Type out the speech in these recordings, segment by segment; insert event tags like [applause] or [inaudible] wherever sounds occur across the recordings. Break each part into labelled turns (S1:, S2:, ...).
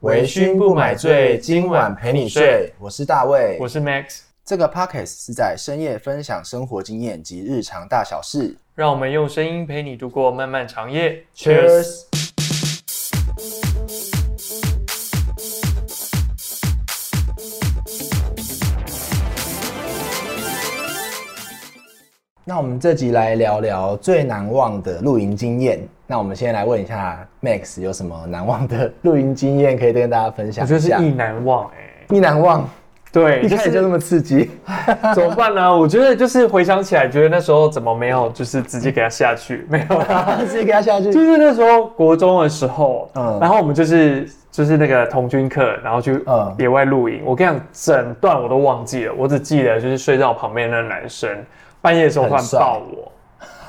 S1: 微醺不买醉，今晚陪你睡。我是大卫，
S2: 我是 Max，
S1: 这个 podcast 是在深夜分享生活经验及日常大小事。
S2: 让我们用声音陪你度过漫漫长夜。
S1: Cheers！那我们这集来聊聊最难忘的露营经验。那我们先来问一下 Max 有什么难忘的露营经验可以跟大家分享
S2: 我
S1: 一
S2: 觉
S1: 下？
S2: 得是意难忘哎、
S1: 意难忘，
S2: 对，
S1: 一
S2: 就
S1: 开始
S2: 是
S1: 就那么刺
S2: [laughs]
S1: 激。
S2: 怎么办呢、我觉得就是回想起来，觉得那时候怎么没有就是直接给他下去，没有啦。
S1: 直接给他下去
S2: 就。是那时候国中的时候，
S1: 嗯
S2: 然后我们就是就是那个童军课，然后去
S1: 嗯
S2: 野外露营。我跟你讲，整段我都忘记了，我只记得就是睡在我旁边的那个男生半夜的时候突然
S1: 很帅
S2: 抱我，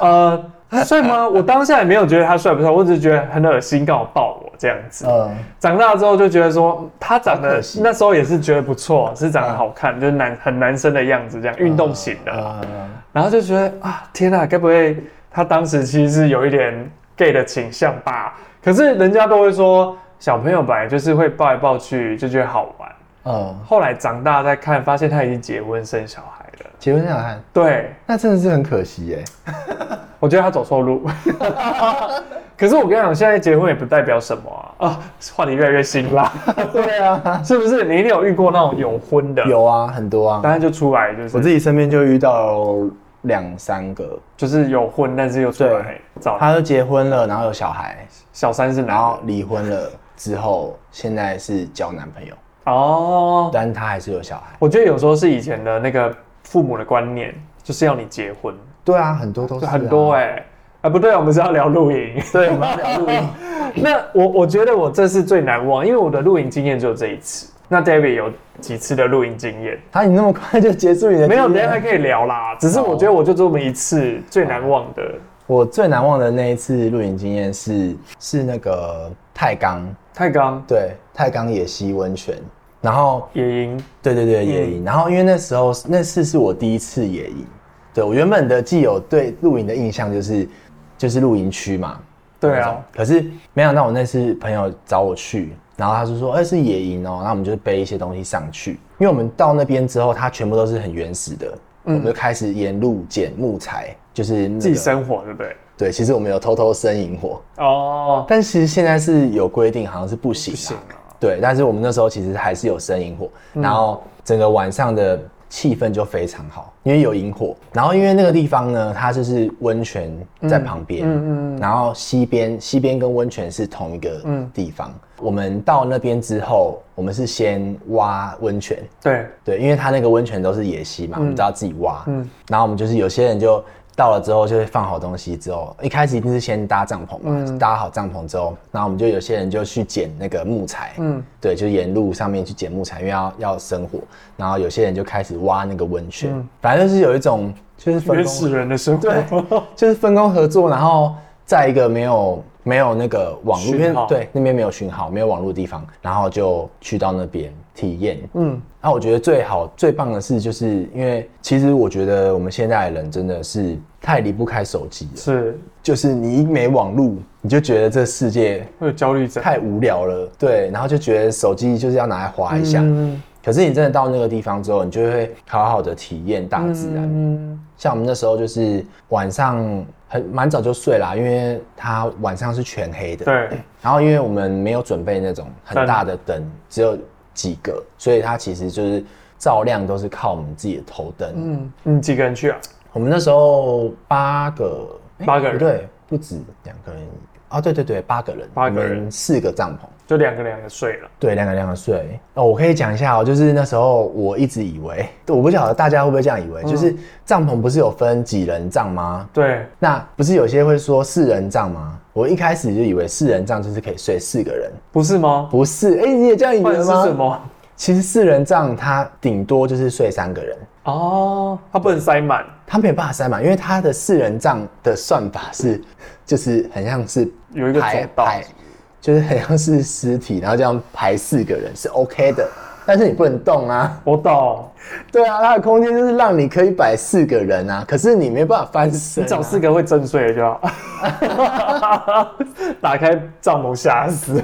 S2: 呃，帅吗？我当下也没有觉得他帅不帅，我只是觉得很恶心，刚好抱我这样子。
S1: 嗯，
S2: 长大之后就觉得说，他长
S1: 好
S2: 得
S1: 可惜
S2: 那时候也是觉得不错，是长得好看，就是男很男生的样子，这样运动型的。
S1: 嗯
S2: 然后就觉得啊，天啊，该不会他当时其实是有一点 gay 的倾向吧？可是人家都会说，小朋友本来就是会抱来抱去，就觉得好玩。
S1: 嗯，
S2: 后来长大再看，发现他已经结婚生小孩了。
S1: 结婚小孩，
S2: 对，
S1: 那真的是很可惜耶。
S2: 我觉得他走错路。 [laughs] 可是我跟你讲，现在结婚也不代表什么啊！啊，话题越来越辛辣，
S1: 对啊，
S2: 是不是？你一定有遇过那种有婚的，，
S1: 有啊，很多啊
S2: 当，然就出来就
S1: 我
S2: 是
S1: 自己身边就遇到两三个，
S2: 就是有婚，但是又出来找
S1: 他都结婚了，然后有小孩，
S2: 小三是
S1: 然
S2: 男
S1: 后
S2: 的
S1: 离婚了之后，现在是交男朋友，
S2: 哦，
S1: 但是他还是有小孩。
S2: 我觉得有时候是以前的那个父母的观念，就是要你结婚，
S1: 对啊，很多都是啊
S2: 很多哎、啊不对，我们是要聊露营。
S1: 对，我们要聊露营。
S2: [laughs] 那我我觉得我这是最难忘，因为我的露营经验只有这一次。那 David 有几次的露营经验？
S1: 他你那么快就结束你的经验？
S2: 没有，等一下还可以聊啦。只是我觉得我就这么一次最难忘的
S1: 我最难忘的那一次露营经验是是那个太钢，
S2: 太钢
S1: 对，太钢野溪温泉。然后
S2: 野营，
S1: 对对
S2: 嗯
S1: 对，野营。然后因为那时候那次是我第一次野营，对我原本的既有对露营的印象就是就是露营区嘛，
S2: 对
S1: 那种
S2: 啊，。
S1: 可是没想到我那次朋友找我去，然后他就说，哎、是野营哦、然后我们就背一些东西上去，因为我们到那边之后，它全部都是很原始的，我们就开始沿路捡木材，就是、那
S2: 嗯自己
S1: 个。
S2: 生活对不对？
S1: 对，其实我们有偷偷生营火，
S2: 哦，
S1: 但其实现在是有规定，好像是不行、
S2: 不
S1: 啊。
S2: 行啊，嗯
S1: 对，但是我们那时候其实还是有生萤火，然后整个晚上的气氛就非常好，因为有萤火。然后因为那个地方呢，它就是温泉在旁边，
S2: 嗯嗯嗯
S1: 然后西边西边跟温泉是同一个地方。我们到那边之后，我们是先挖温泉，
S2: 对，
S1: 对，因为它那个温泉都是野溪嘛，我们都要自己挖。
S2: 嗯
S1: 然后我们就是有些人就到了之后，就会放好东西之后，一开始一定是先搭帐篷嘛，
S2: 嗯
S1: 搭好帐篷之后，然后我们就有些人就去捡那个木材，
S2: 嗯
S1: 对，就沿路上面去捡木材，因为要要生火。然后有些人就开始挖那个温泉，反正就是有一种就是分
S2: 嗯原
S1: 工，
S2: 始人的生活，
S1: 就是分工合作，然后在一个没有。没有那个网络，因为
S2: 讯号
S1: 对那边没有讯号，没有网络的地方，然后就去到那边体验，
S2: 嗯，
S1: 那、我觉得最好最棒的是，就是因为其实我觉得我们现在的人真的是太离不开手机了。
S2: [laughs] 是
S1: 就是你一没网路，你就觉得这世界
S2: 会有焦虑症，
S1: 太无聊了，对，然后就觉得手机就是要拿来划一下。
S2: 嗯
S1: 可是你真的到那个地方之后，你就会好好的体验大自然。
S2: 嗯。
S1: 像我们那时候就是晚上很蛮早就睡啦，因为它晚上是全黑的。
S2: 对，
S1: 然后因为我们没有准备那种很大的灯，只有几个，所以它其实就是照亮都是靠我们自己的头灯。
S2: 嗯，你几个人去啊？
S1: 我们那时候八个，诶
S2: 八个人
S1: 不对，不止两个人啊，对对对，八个人，
S2: 八个人
S1: 我们四个帐篷。
S2: 就两个两个睡了。
S1: 对，两个两个睡哦。我可以讲一下哦，就是那时候我一直以为，我不晓得大家会不会这样以为，就是帐篷不是有分几人帐吗？
S2: 对，
S1: 那不是有些会说四人帐吗？我一开始就以为四人帐就是可以睡四个人，
S2: 不是吗？
S1: 不是，哎、你也这样以
S2: 换
S1: 为
S2: 是
S1: 吗？
S2: 什么？
S1: 其实四人帐它顶多就是睡三个人，
S2: 哦，它不能塞满，
S1: 它没有办法塞满，因为它的四人帐的算法是，就是很像是
S2: 有一个
S1: 排
S2: 走道
S1: 排，就是很像是尸体，然后这样排四个人是 OK 的。但是你不能动啊。
S2: 我懂，
S1: 对啊，它的空间就是让你可以摆四个人啊，可是你没办法翻身、啊
S2: 你找四个会震碎的就好。 [laughs] 打开帐篷吓死。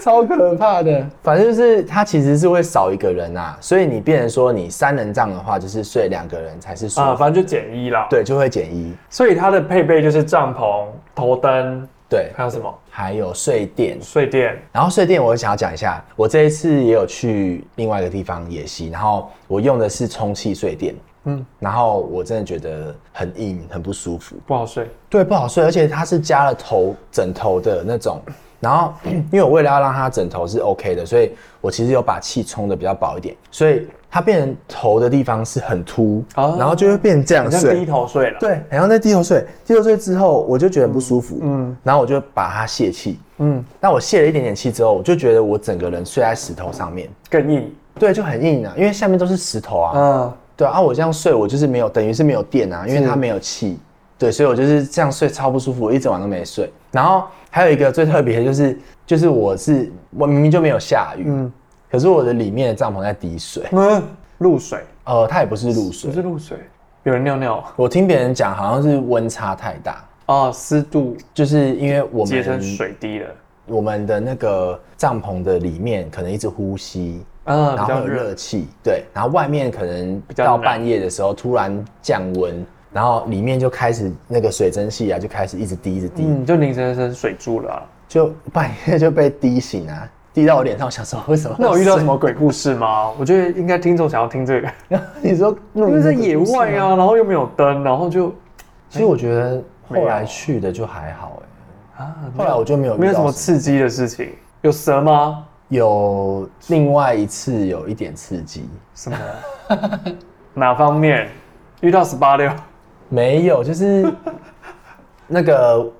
S1: 超可怕的。反正就是它其实是会少一个人啊，所以你变成说你三人帐的话，就是睡两个人才是舒服，
S2: 啊，反正就减一啦。，
S1: 对，就会减一。
S2: 所以它的配备就是帐篷、头灯，
S1: 对，
S2: 还有什么
S1: 还有睡垫，
S2: 睡垫。
S1: 然后睡垫我想要讲一下，我这一次也有去另外一个地方野溪，然后我用的是充气睡垫，
S2: 嗯
S1: 嗯，然后我真的觉得很硬，很不舒服，
S2: 不好睡，
S1: 对，不好睡，而且它是加了头枕头的那种，然后 [clears throat] 因为我为了要让它枕头是 OK 的，所以我其实有把气充的比较薄一点，所以它变成头的地方是很凸，
S2: 哦
S1: 然后就会变成这样
S2: 好像低
S1: 睡。
S2: 头睡了。
S1: 对，然后在低头睡，低头睡之后我就觉得很不舒服，嗯，
S2: 嗯
S1: 然后我就把它泄气，
S2: 嗯，
S1: 那我泄了一点点气之后，我就觉得我整个人睡在石头上面，
S2: 更硬。
S1: 对，就很硬啊，因为下面都是石头啊。
S2: 嗯，
S1: 对啊，我这样睡，我就是没有，等于是没有电啊，因为它没有气。对，所以我就是这样睡，超不舒服，我一整晚都没睡。然后还有一个最特别的就是，就是我是我明明就没有下雨，
S2: 嗯
S1: 嗯，可是我的里面的帐篷在滴水，
S2: 嗯，露水，
S1: 呃，它也不是露水
S2: 不。是露水，有人尿尿
S1: 我听别人讲，好像是温差太大，
S2: 哦，湿度
S1: 就是因为我
S2: 结成
S1: 们
S2: 水滴了，
S1: 我们的那个帐篷的里面可能一直呼吸，然
S2: 嗯，比
S1: 后
S2: 较
S1: 有
S2: 热
S1: 热气，对，然后外面可能
S2: 较
S1: 到
S2: 冷
S1: 半夜的时候突然降温，然后里面就开始那个水蒸气啊，就开始一直滴一直滴，
S2: 嗯，就凌晨生水柱了、啊。
S1: 就半夜就被滴醒啊，滴到我脸上，我想说为什么？
S2: 那有遇到什
S1: 么？
S2: 么鬼故事吗？我觉得应该听众想要听这
S1: [laughs]
S2: 个，
S1: 啊你说因
S2: 因为在野外，啊，然后又没有灯，然后就
S1: 其实我觉得后
S2: 没有
S1: 来去的就还好哎、
S2: 啊，
S1: 后来我就没有遇
S2: 没有
S1: 到
S2: 什么刺激的事情。有蛇吗？
S1: 有另外一次有一点刺激，
S2: 什么？
S1: [laughs]
S2: 哪方面？遇到十八六？
S1: 没有，就是 [laughs] 那个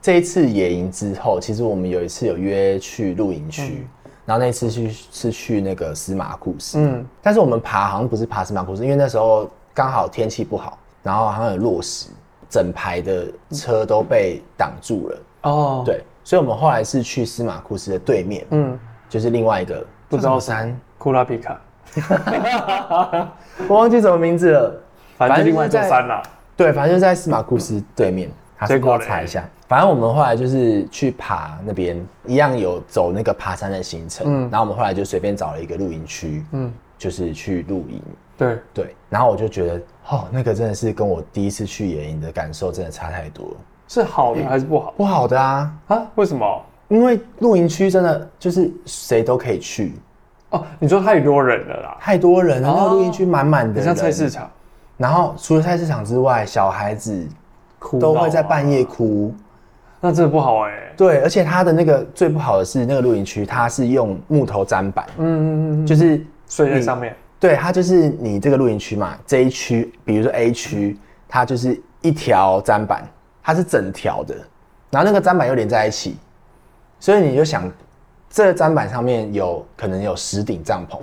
S1: 这一次野营之后，其实我们有一次有约去露营区，然后那一次去是去那个司马库斯，
S2: 嗯，
S1: 但是我们爬好像不是爬司马库斯，因为那时候刚好天气不好，然后好像有落石，整排的车都被挡住了，
S2: 哦，，
S1: 对，所以我们后来是去司马库斯的对面，
S2: 嗯，
S1: 就是另外一个
S2: 不知道
S1: 叫什么山，
S2: 库拉皮卡，
S1: 我忘记什么名字了。
S2: 反正就另外一座
S1: 反正就是在
S2: 山啦、
S1: 对，反正就是在司马库斯对面，还
S2: 结
S1: 是
S2: 果
S1: 我
S2: 嘞
S1: 查一下。反正我们后来就是去爬那边，一样有走那个爬山的行程。
S2: 嗯
S1: 然后我们后来就随便找了一个露营区，
S2: 嗯，
S1: 就是去露营。
S2: 对，
S1: 对，然后我就觉得，哦，那个真的是跟我第一次去野营的感受真的差太多了。
S2: 是好的还是不好
S1: 不好的嗯啊，
S2: 啊？为什么？
S1: 因为露营区真的就是谁都可以去，
S2: 哦，你说太多人了啦，
S1: 太多人了，那
S2: 哦
S1: 个露营区满满的
S2: 很
S1: 人。
S2: 像菜市场，
S1: 然后除了菜市场之外，小孩子
S2: 哭
S1: 都
S2: 闹
S1: 会在
S2: 啊
S1: 半夜哭。
S2: 那真的不好哎、
S1: 对，而且它的那个最不好的是那个露营区，它是用木头砧板，
S2: 嗯嗯嗯，就
S1: 就是
S2: 睡在上面，
S1: 对它就是你这个露营区嘛，这一区，比如说 A 区，它就是一条砧板，它是整条的，然后那个砧板又连在一起，所以你就想，这个砧板上面有可能有十顶帐篷，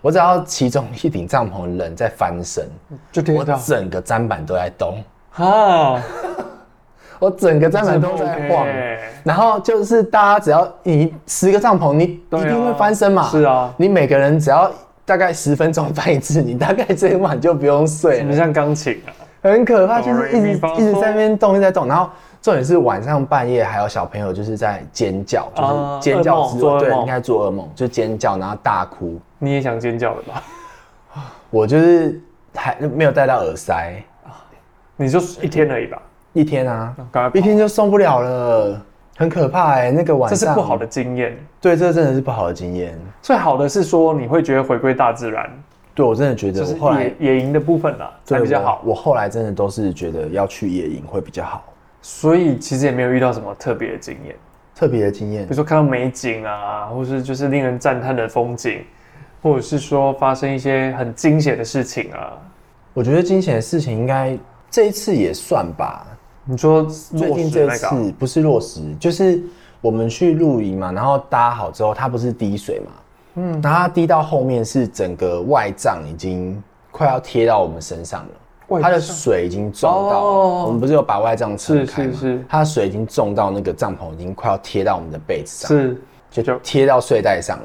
S1: 我只要其中一顶帐篷的人在翻身，
S2: 就听
S1: 我
S2: 得到
S1: 整个砧板都在动，
S2: 哈，
S1: 我整个砧板都 [laughs] 在晃。
S2: 欸
S1: 然后就是大家只要你十个帐篷，你
S2: 对啊
S1: 一定会翻身嘛。
S2: 是啊
S1: 你每个人只要大概十分钟翻一次，你大概这一晚就不用睡
S2: 你们
S1: 了，
S2: 像钢琴啊，
S1: 很可怕，就是一直
S2: Do-re-mi-fa-so
S1: 一直在那边动，一直在动。然后重点是晚上半夜还有小朋友就是在尖叫，就是
S2: 啊
S1: 尖
S2: 噩
S1: 叫
S2: 梦
S1: 之
S2: 做噩
S1: 后，对，
S2: 梦
S1: 应该做噩梦，就尖叫然后大哭。
S2: 你也想尖叫了吧？
S1: 我就是还没有戴到耳塞，
S2: 你就一天而已吧，
S1: 一天啊，
S2: 赶快
S1: 一
S2: 跑，
S1: 天就受不了了，很可怕哎、那个晚
S2: 这
S1: 上
S2: 是不好的，经验。
S1: 对，这真的是不好的经验。
S2: 最好的是说你会觉得回归大自然，
S1: 对我真的觉得
S2: 就
S1: 我
S2: 是
S1: 后来
S2: 野野营的部分啦，才
S1: 对
S2: 比较好。
S1: 我。我后来真的都是觉得要去野营会比较好，
S2: 所以其实也没有遇到什么特别的经验，
S1: 特别的经验
S2: 比如。说看到美景啊，或是就是令人赞叹的风景，或者是说发生一些很惊险的事情啊。
S1: 我觉得惊险的事情应该这一次也算吧。
S2: 你说
S1: 最
S2: 落
S1: 近
S2: 实
S1: 这
S2: 那个啊、
S1: 次不是落石，就是我们去露营嘛，然后搭好之后，它不是滴水嘛，嗯，然后它滴到后面是整个外帐已经快要贴到我们身上
S2: 外
S1: 了，它的水已经撞到了
S2: 哦
S1: 我们不是有把外帐撑
S2: 是
S1: 开嘛，
S2: 是是
S1: 它的水已经重到那个帐篷已经快要贴到我们的被子上，
S2: 是
S1: 就贴到睡袋上。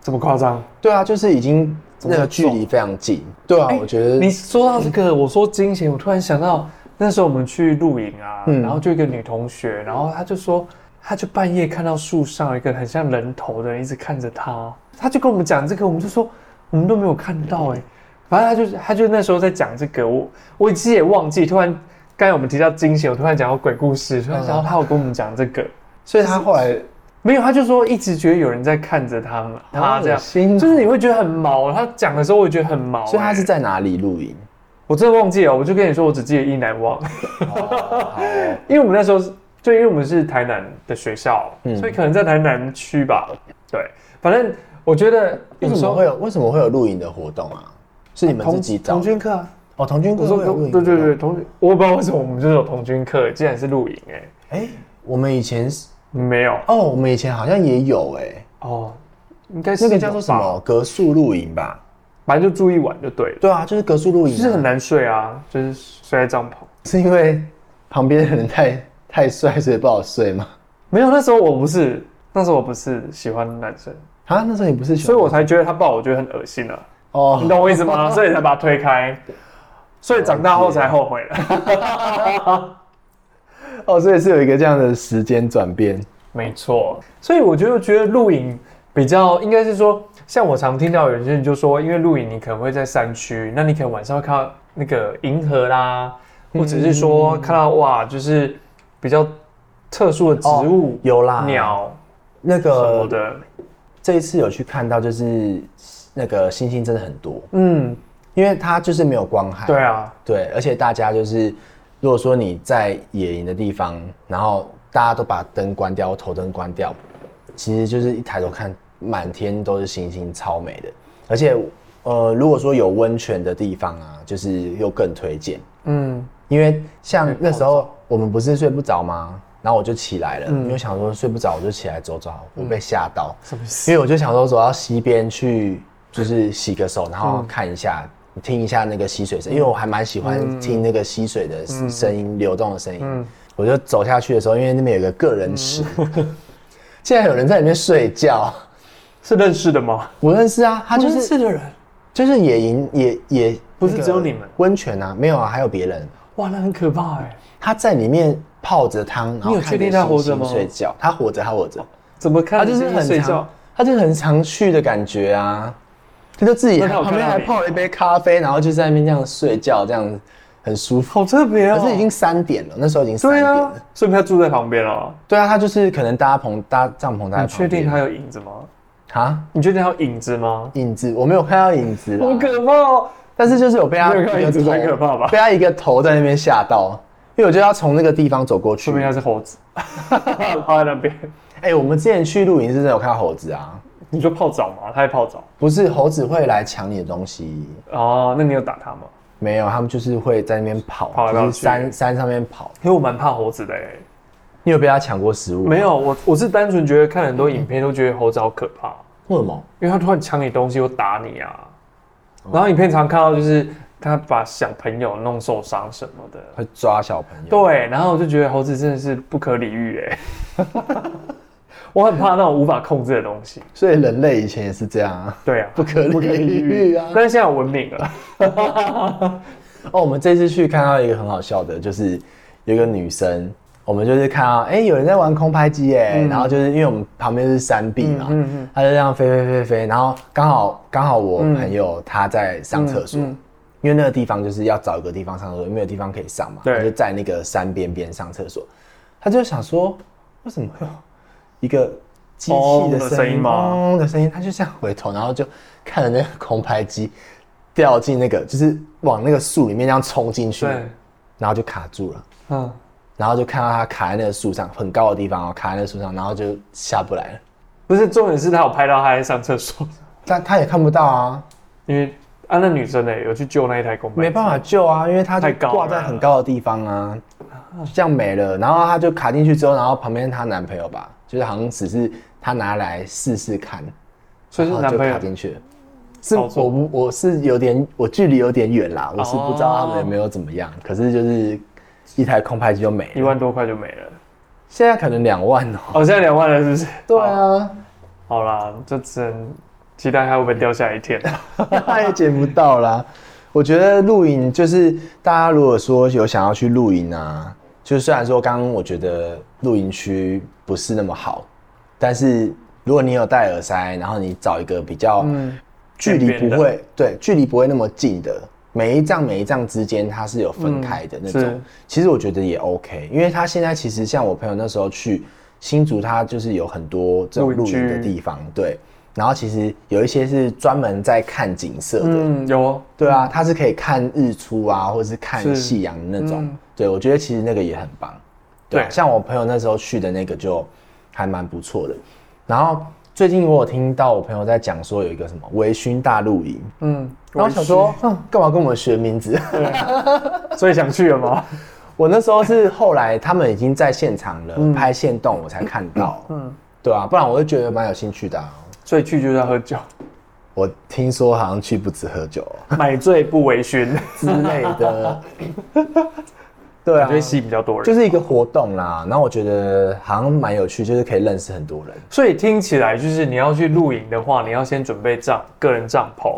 S2: 这么夸张？
S1: 对啊，就是已经那个距离非常近。对啊，我觉得
S2: 哎你说到这个，我说金钱，我突然想到那时候我们去露营啊，
S1: 嗯
S2: 然后就一个女同学，然后她就说，她就半夜看到树上有一个很像人头的人一直看着她，她就跟我们讲这个，我们就说我们都没有看到哎、反正她就是她就那时候在讲这个，我我其实也忘记，突然刚才我们提到惊险，我突然讲到鬼故事，突然
S1: 嗯
S2: 想到她有跟我们讲这个，
S1: 所以他后来
S2: 没有，她就说一直觉得有人在看着他们，她这样。
S1: 心
S2: 就是你会觉得很毛，她讲的时候我也觉得很毛、
S1: 哦所以他
S2: 哎
S1: 是在哪里露
S2: [laughs]
S1: 营？
S2: 我真的忘记了，我就跟你说，我只记得一难忘， [laughs]
S1: 哦好哦
S2: 因为我们那时候是就因为我们是台南的学校，
S1: 嗯
S2: 所以可能在台南区吧。对，反正我觉得
S1: 为
S2: 有
S1: 什
S2: 时
S1: 么
S2: 候
S1: 会有为什么会有露营的活动啊？是你们自己找
S2: 同
S1: 的
S2: 军课啊，
S1: 哦？童军
S2: 我
S1: 哥
S2: 说
S1: 会有露营
S2: 对对
S1: 活
S2: 对，
S1: 动，
S2: 同我不知道为什么我们就是有同军课，竟然是露营哎、
S1: 哎，我们以前是
S2: 没有
S1: 哦，我们以前好像也有哎，
S2: 哦，应该是
S1: 那个叫做什
S2: 有吧？
S1: 么格数露营吧？
S2: 反正就住一晚就对了，
S1: 对啊，就是格数露营啊，
S2: 就是很难睡啊，就是睡在帐篷。
S1: 是因为旁边的人太太帅，所以不好睡吗？
S2: 没有，那时候我不是，那时候我不是喜欢男生，
S1: 啊，那时候你不是喜欢
S2: 所以我才觉得他抱我觉得很恶心啊。你
S1: 哦，
S2: 懂我意思吗？所以才把它推开，所以长大后才后悔了。
S1: 哦，所以是有一个这样的时间转变。
S2: 没错，所以我就觉得露营比较应该是说，像我常听到有些人就说，因为露营你可能会在山区，那你可能晚上会看到那个银河啦，或者是说看到哇，就是比较特殊的植物、啊
S1: 有啦，
S2: 鸟
S1: 那
S2: 什么
S1: 个
S2: 的，
S1: 这一次有去看到，就是那个星星真的很多，
S2: 嗯，
S1: 因为它就是没有光害。
S2: 对啊，
S1: 对，而且大家就是，如果说你在野营的地方，然后大家都把灯关掉、头灯关掉，其实就是一抬头看，满天都是星星，超美的。而且，呃，如果说有温泉的地方啊，就是又更推荐，
S2: 嗯，
S1: 因为像那时候我们不是睡不着吗？然后我就起来了，因为想说睡不着我就起来走走，我被吓到，
S2: 嗯什么意思？
S1: 因为我就想说走到溪边去，就是洗个手，然
S2: 嗯
S1: 后看一下、听一下那个溪水声，因为我还蛮喜欢听那个溪水的声音、流动的声音。
S2: 嗯
S1: 我就走下去的时候，因为那边有个个人池，
S2: 嗯
S1: [laughs] 竟然有人在里面睡觉。
S2: 是认识的吗？
S1: 我认识啊，他就
S2: 不
S1: 是
S2: 的人，
S1: 就是野营，也也
S2: 不是
S1: 那个
S2: 只有你们
S1: 温泉啊，没有啊，还有别人。
S2: 哇，那很可怕哎、
S1: 他在里面泡着汤，然后
S2: 你有
S1: 看
S2: 确定
S1: 着
S2: 他活
S1: 星
S2: 着
S1: 星
S2: 吗
S1: 睡觉，他活着，他活着，
S2: 怎么看？
S1: 他就是很
S2: 睡
S1: 常
S2: 觉。，
S1: 他就是很常去的感觉啊。他就自己
S2: 那他有
S1: 旁边
S2: 看到
S1: 还
S2: 你
S1: 泡了一杯咖啡，然后就在那边这样睡觉，这样很舒服。
S2: 好特别哦！
S1: 可是已经三点了，那时候已经三
S2: 对
S1: 点
S2: 啊
S1: 了。，
S2: 所以他住在旁边哦。
S1: 对啊，他就是可能搭棚搭帐篷搭在
S2: 你确
S1: 旁边。
S2: 定他有影子吗？
S1: 啊？
S2: 你确定他有影子吗？
S1: 影子我没有看到影子啦，
S2: 好可怕哦！
S1: 但是就是有被他
S2: 没有看到影子
S1: 一个头
S2: 才可怕吧
S1: 被他一个头在那边吓到，因为我就要从那个地方走过去
S2: 说。明他是猴 [laughs] 子，趴在那边。
S1: 哎、我们之前去露营是真的有看到猴子啊，
S2: 你说泡澡吗？他在泡澡。
S1: 不是猴子会来抢你的东西，
S2: 哦，那你有打他吗？
S1: 没有，他们就是会在那边跑，
S2: 跑来跑去
S1: 就是山山上面跑。
S2: 因为我蛮怕猴子的哎、
S1: 你有被他抢过食物？
S2: 没，有，我我是单纯觉得看很多影片都觉得猴子好可怕，
S1: 为什么？
S2: 因为他突然抢你东西或打你啊。然后影片常看到就是他把小朋友弄受伤什么的。
S1: 会抓小朋友？，
S2: 对，然后我就觉得猴子真的是不可理喻哎、 [laughs] 我很怕那种无法控制的东西。
S1: 所以人类以前也是这样啊，
S2: 对啊，
S1: 不可理喻啊。
S2: 但是现在有文明了，
S1: 哦，我们这次去看到一个很好笑的，就是有一个女生，我们就是看到哎、有人在玩空拍机哎、然后就是因为我们旁边是山壁嘛，
S2: 嗯嗯嗯嗯
S1: 她就这样飞飞飞飞，然后刚好刚好我朋友他在上厕所。
S2: 嗯嗯
S1: 因为那个地方就是要找一个地方上厕所，没有地方可以上嘛，
S2: 对
S1: 他就在那个山边边上厕所。他就想说，为什么会有一个机器的
S2: 嗡的声
S1: 声
S2: 音
S1: 音，
S2: 吗
S1: 嗡的声音？他就这样回头，然后就看着那个空拍机掉进那个，就是往那个树里面这样冲进去，
S2: 对，
S1: 然后就卡住了，
S2: 嗯，
S1: 然后就看到他卡在那个树上，很高的地方哦，卡在那个树上，然后就下不来了。
S2: 不是重点是他有拍到他在上厕所， [laughs]
S1: 但他也看不到啊，
S2: 因为啊那女生呢、有去救那一台公
S1: 没办
S2: 办，
S1: 法救啊，因为它就
S2: 太高了
S1: 挂在很高的地方啊，这样没了。然后她就卡进去之后，然后旁边她男朋友吧，就是好像只是她拿来试试看，
S2: 所以是
S1: 然后嗯啊
S2: 男
S1: 就
S2: 朋
S1: 卡
S2: 友
S1: 进去了。是
S2: 操
S1: 我
S2: 作哦
S1: 不我是有点我距离有点远啦，我是不知道他们有没有怎么样，可是就是一台空拍机就没
S2: 一
S1: 了，
S2: 万多块就没了。
S1: 现在可能两万哦、
S2: 哦，现在两万了是不是？
S1: 对啊，
S2: 好啦，就只能期待它会不会掉下来一天。
S1: [laughs] 他也捡不到啦。我觉得露营就是大家如果说有想要去露营啊，就是虽然说刚刚我觉得露营区不是那么好，但是如果你有戴耳塞，然后你找一个比较距离不
S2: 嗯边
S1: 会、
S2: 边
S1: 对距离不会那么近的，每一帐每一帐之间它是有分开的那种。
S2: 嗯是
S1: 其实我觉得也 OK，因为他现在其实像我朋友那时候去新竹，他就是有很多这种
S2: 露营
S1: 露营的
S2: 区
S1: 地方，对。然后其实有一些是专门在看景色的，
S2: 嗯，有哦，
S1: 对啊，它是可以看日出啊，或者是看
S2: 是
S1: 夕阳的那种。
S2: 嗯
S1: 对，我觉得其实那个也很棒。对啊，
S2: 对
S1: 像我朋友那时候去的那个就还蛮不错的。然后最近我有听到我朋友在讲说有一个什么微醺大露营，
S2: 嗯，
S1: 然后我想说，哼，干嘛跟我们学名字？
S2: 我也是，所以想去
S1: [laughs]
S2: 了吗？
S1: 我那时候是后来他们已经在现场了，
S2: 嗯
S1: 拍现动我才看到。嗯，对啊，不然我就觉得蛮有兴趣的啊、
S2: 所以去就是要喝酒，
S1: 我听说好像去不止喝
S2: [laughs]
S1: 酒
S2: 买醉不微醺，
S1: [laughs] 之类的。对
S2: 感
S1: 啊，
S2: 觉吸引比较多人。
S1: 就是一个活动啦，然后我觉得好像蛮有趣，就是可以认识很多人。
S2: 所以听起来就是你要去露营的话，你要先准备帐个人帐篷，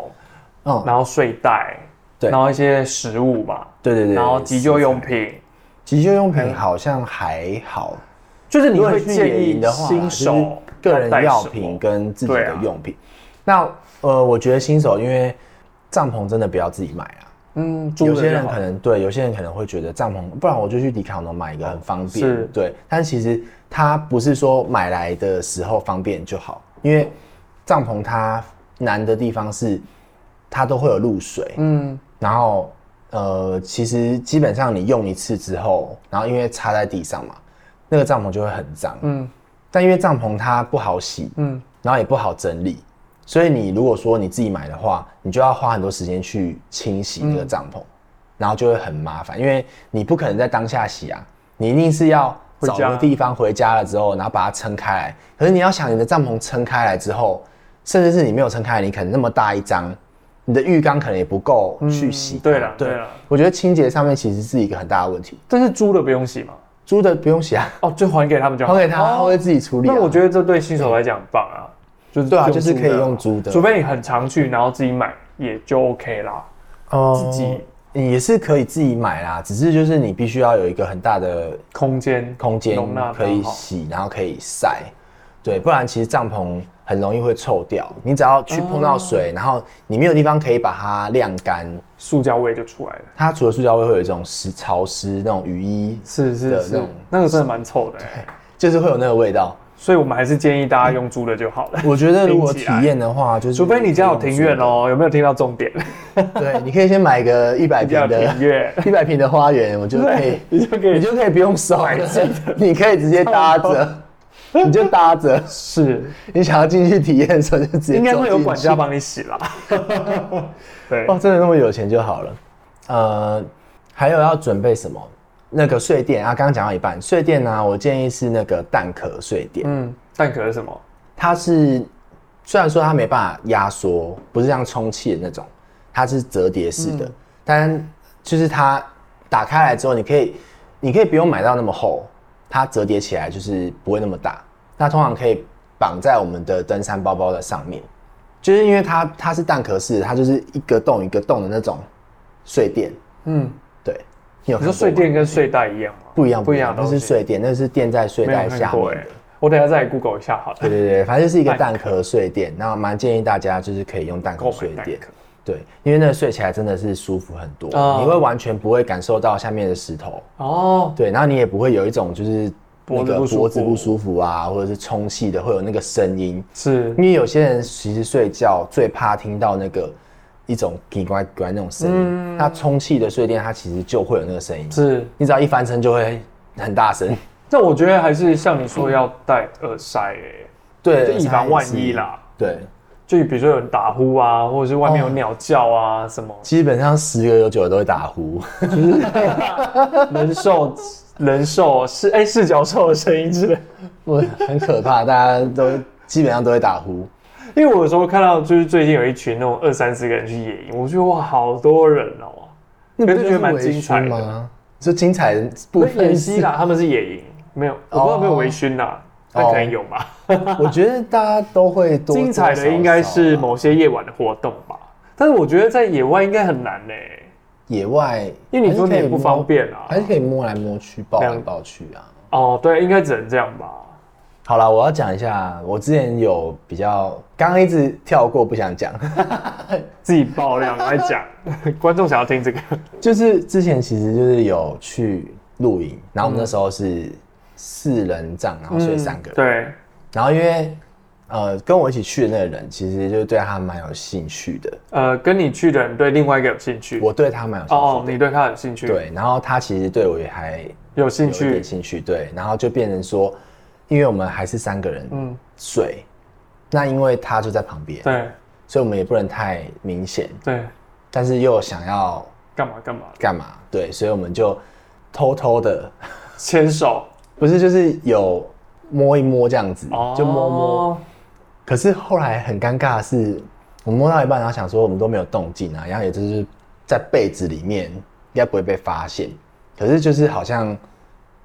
S1: 嗯，
S2: 然后睡袋，
S1: 对
S2: 然后一些食物嘛，
S1: 对对对。
S2: 然后急救用，品，
S1: 急救用品好像还好。
S2: 就是你
S1: 如果
S2: 会
S1: 去野
S2: 建
S1: 营
S2: 议
S1: 的话，
S2: 新
S1: 就是
S2: 手
S1: 个人药
S2: 带什
S1: 品
S2: 么
S1: 跟自己
S2: 对
S1: 的
S2: 啊
S1: 用品。那呃，我觉得新手因为帐篷真的不要自己买啊。
S2: 嗯，
S1: 有
S2: 租
S1: 些
S2: 的
S1: 人
S2: 就好
S1: 可能对，有些人可能会觉得帐篷，不然我就去迪卡侬买一个很方便
S2: 是。
S1: 对，但其实它不是说买来的时候方便就好，因为帐篷它难的地方是它都会有露水，
S2: 嗯，
S1: 然后呃，其实基本上你用一次之后，然后因为插在地上嘛，那个帐篷就会很脏。
S2: 嗯
S1: 但因为帐篷它不好洗，
S2: 嗯，
S1: 然后也不好整理，所以你如果说你自己买的话，你就要花很多时间去清洗那个帐
S2: 嗯
S1: 篷，然后就会很麻烦，因为你不可能在当下洗啊，你一定是要
S2: 回
S1: 找
S2: 家
S1: 个地方回家了之后，然后把它撑开来。可是你要想，你的帐篷撑开来之后，甚至是你没有撑开来，你可能那么大一张，你的浴缸可能也不够去洗它、
S2: 嗯对了对了，
S1: 我觉得清洁上面其实是一个很大的问题，
S2: 但是租的不用洗嘛，
S1: 租的不用洗 [laughs] 啊，
S2: 哦，就还给他们就好，
S1: 还给他，他
S2: 哦
S1: 会自己处理、啊。
S2: 那我觉得这对新手来讲很棒啊，就是
S1: 对啊
S2: 用
S1: 就是
S2: 租
S1: 可以
S2: 的
S1: 用租的
S2: 除非你很常去，然后自己买也就 OK 啦。
S1: 哦
S2: 自己
S1: 也是可以自己买啦，只是就是你必须要有一个很大的
S2: 空间
S1: 空间
S2: 容纳
S1: 可以
S2: 刚好
S1: 洗，然后可以晒，对，不然其实帐篷很容易会臭掉。你只要去碰到水，
S2: 嗯
S1: 然后你没有地方可以把它晾干，
S2: 塑胶味就出来了。
S1: 它除了塑胶味，会有一种湿潮湿那种雨衣，
S2: 是
S1: 的
S2: 是
S1: 那
S2: 是
S1: 种，
S2: 那个真的蛮臭的、欸，
S1: 就是会有那个味道。
S2: 所以我们还是建议大家用租的就好了。
S1: 我觉得如果
S2: 冰
S1: 体
S2: 起来
S1: 验的话，就是
S2: 除非你家有庭院
S1: 哦，
S2: 哦，有没有听到重点？
S1: 对，你可以先买一个一百
S2: 你家
S1: 平
S2: 有
S1: 的
S2: 庭院，
S1: 一百平的花园，我就可以
S2: 对， [laughs] 你就可
S1: 你
S2: 以
S1: 就可以不用收，你可以直接搭着，你就搭着，
S2: 是，
S1: 你想要进去体验的时候就直接
S2: 应该会有
S1: 走进
S2: 管
S1: 去
S2: 家帮你洗
S1: [laughs]
S2: 啦。对，
S1: 哦，真的那么有钱就好了。呃，还有要准备什么？那个睡垫啊，刚刚讲到一半，睡垫呢、啊我建议是那个蛋壳睡垫，
S2: 嗯，蛋壳是什么？
S1: 它是虽然说它没办法压缩，不是像充气的那种，它是折叠式的，
S2: 嗯
S1: 但就是它打开来之后，你可以你可以不用买到那么厚，它折叠起来就是不会那么大。那通常可以绑在我们的登山包包的上面，就是因为它它是蛋壳式的，它就是一个洞一个洞的那种睡垫。
S2: 嗯，
S1: 对，你有
S2: 你
S1: 看过
S2: 说
S1: 吗
S2: 睡垫跟睡袋一样吗？
S1: 不一样
S2: 不一样的
S1: 那
S2: 东西，
S1: 是睡垫，那是垫在睡
S2: 没
S1: 袋
S2: 有
S1: 下
S2: 看过
S1: 面
S2: 哎、
S1: 的。
S2: 我等一下再来 Google 一下好了。
S1: [laughs] 对对对，反正就是一个蛋壳睡
S2: [laughs]
S1: 垫，那蛮建议大家就是可以用蛋壳
S2: 购
S1: 睡
S2: 买蛋
S1: 垫，
S2: 壳。
S1: 对，因为那个睡起来真的是舒服很多，
S2: 哦
S1: 你会完全不会感受到下面的石头，
S2: 哦，
S1: 对，然后你也不会有一种就是那
S2: 脖子
S1: 个
S2: 不舒服
S1: 脖子不舒服啊，或者是充气的会有那个声音，
S2: 是
S1: 因为有些人其实睡觉最怕听到那个一种叽呱呱那种声
S2: 嗯
S1: 音，它充气的睡垫它其实就会有那个声音，
S2: 是。
S1: 你只要一翻身就会很大声，
S2: 那我觉得还是像你说要戴耳塞、欸，
S1: 对，
S2: [laughs] 就以防万一啦。
S1: 对，
S2: 就比如说有人打呼啊，或者是外面有鸟叫啊，
S1: [laughs]
S2: 什么
S1: 基本上十个有九个都会打呼。
S2: 人兽、人兽是哎视角兽的声音之类。
S1: 我很可怕，大家都基本上都会打呼。
S2: 因为我有时候看到就是最近有一群那种二三十个人去野营，我觉得哇，好多人哦、
S1: 那
S2: 不就觉得蛮精彩的
S1: 吗？就精彩的部
S2: 不是
S1: 分
S2: 演戏
S1: 是哦
S2: 啦，他们是野营，没有，我不知道有没有微醺啦，那可能有吧。
S1: 我觉得大家都会哦多啊
S2: 精彩的应该是某些夜晚的活动吧，但是我觉得在野外应该很难嘞、
S1: 野外，
S2: 因为你说你
S1: 还是可以
S2: 也不
S1: 摸
S2: 方，便啊。
S1: 还是可以摸来摸去，抱来
S2: 两
S1: 抱去啊。
S2: 哦，对，应该只能这样吧。
S1: 好啦，我要讲一下，我之前有比较，刚刚一直跳过不想讲， [laughs]
S2: 自己爆料来讲，观众想要听这个。
S1: 就是之前其实就是有去露营，然后我
S2: 嗯
S1: 们那时候是四人帐，然后睡三个人，
S2: 对，
S1: 然后因为呃跟我一起去的那个人，其实就对他蛮有兴趣的，
S2: 呃，跟你去的人对另外一个有兴趣。
S1: 我对他蛮有兴趣的，
S2: 哦哦，你对他有兴趣，，
S1: 对，然后他其实对我也还
S2: 有兴
S1: 有一点
S2: 趣，
S1: 兴趣，对，然后就变成说，因为我们还是三个人
S2: 嗯，
S1: 睡，那因为他就在旁边，
S2: 对
S1: 所以我们也不能太明显，
S2: 对，
S1: 但是又想要
S2: 干嘛干嘛，
S1: 干嘛？对，所以我们就偷偷的，
S2: 牵手，
S1: 不是就是有摸一摸这样子，
S2: 哦，
S1: 就摸摸。可是后来很尴尬的是，我摸到一半，然后想说我们都没有动静啊，然后也就是在被子里面，应该不会被发现。可是就是好像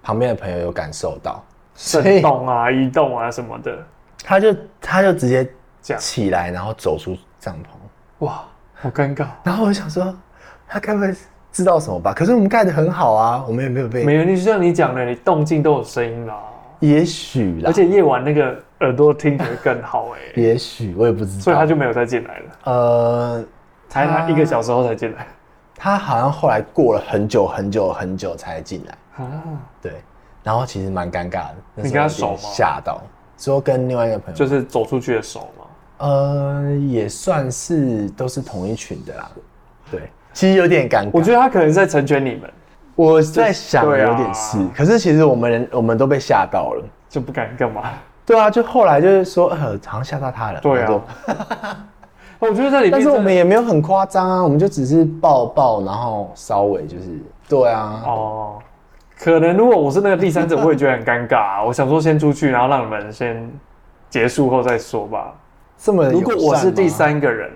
S1: 旁边的朋友有感受到，所
S2: 震
S1: 以
S2: 动啊、移动啊什么的，
S1: 他就他就直接
S2: 这样，
S1: 起来，然后走出帐篷。
S2: 哇，好尴尬，
S1: 然后我就想说，他该不会知道什么吧？可是我们盖的很好啊，我们也没有被，
S2: 没有，就像你讲的，你动静都有声音啦，
S1: 也许啦，
S2: 而且夜晚那个耳朵听起来更好 [laughs] 哎、
S1: 也许我也不知道，
S2: 所以他就没有再进来了，啊
S1: 呃，
S2: 才他一个小时后才进来
S1: 他好像后来过了很久很久很久才进来，
S2: 啊，
S1: 对，然后其实蛮尴尬的，那
S2: 你
S1: 时候
S2: 跟他熟
S1: 有点
S2: 吗
S1: 吓到，之后跟另外一个朋友，
S2: 就是走出去的手嘛，
S1: 呃，也算是都是同一群的啦，对，其实有点尴尬，
S2: 我觉得他可能在成全你们，
S1: 我在想
S2: 对啊
S1: 有点是，可是其实我们人我们都被吓到了。
S2: 就不敢干嘛。 [laughs]
S1: 对啊，就后来就是说，呃，好像吓到他了。
S2: 对
S1: 然后就
S2: 啊，我觉得在里面真的，
S1: 但是我们也没有很夸张啊，我们就只是抱抱，然后稍微就是，对啊，
S2: 哦，可能如果我是那个第三者，我也觉得很尴尬、啊我想说先出去，然后让你们先结束后再说吧。
S1: 这么
S2: 如果我是第
S1: 友善吗，
S2: 三个人，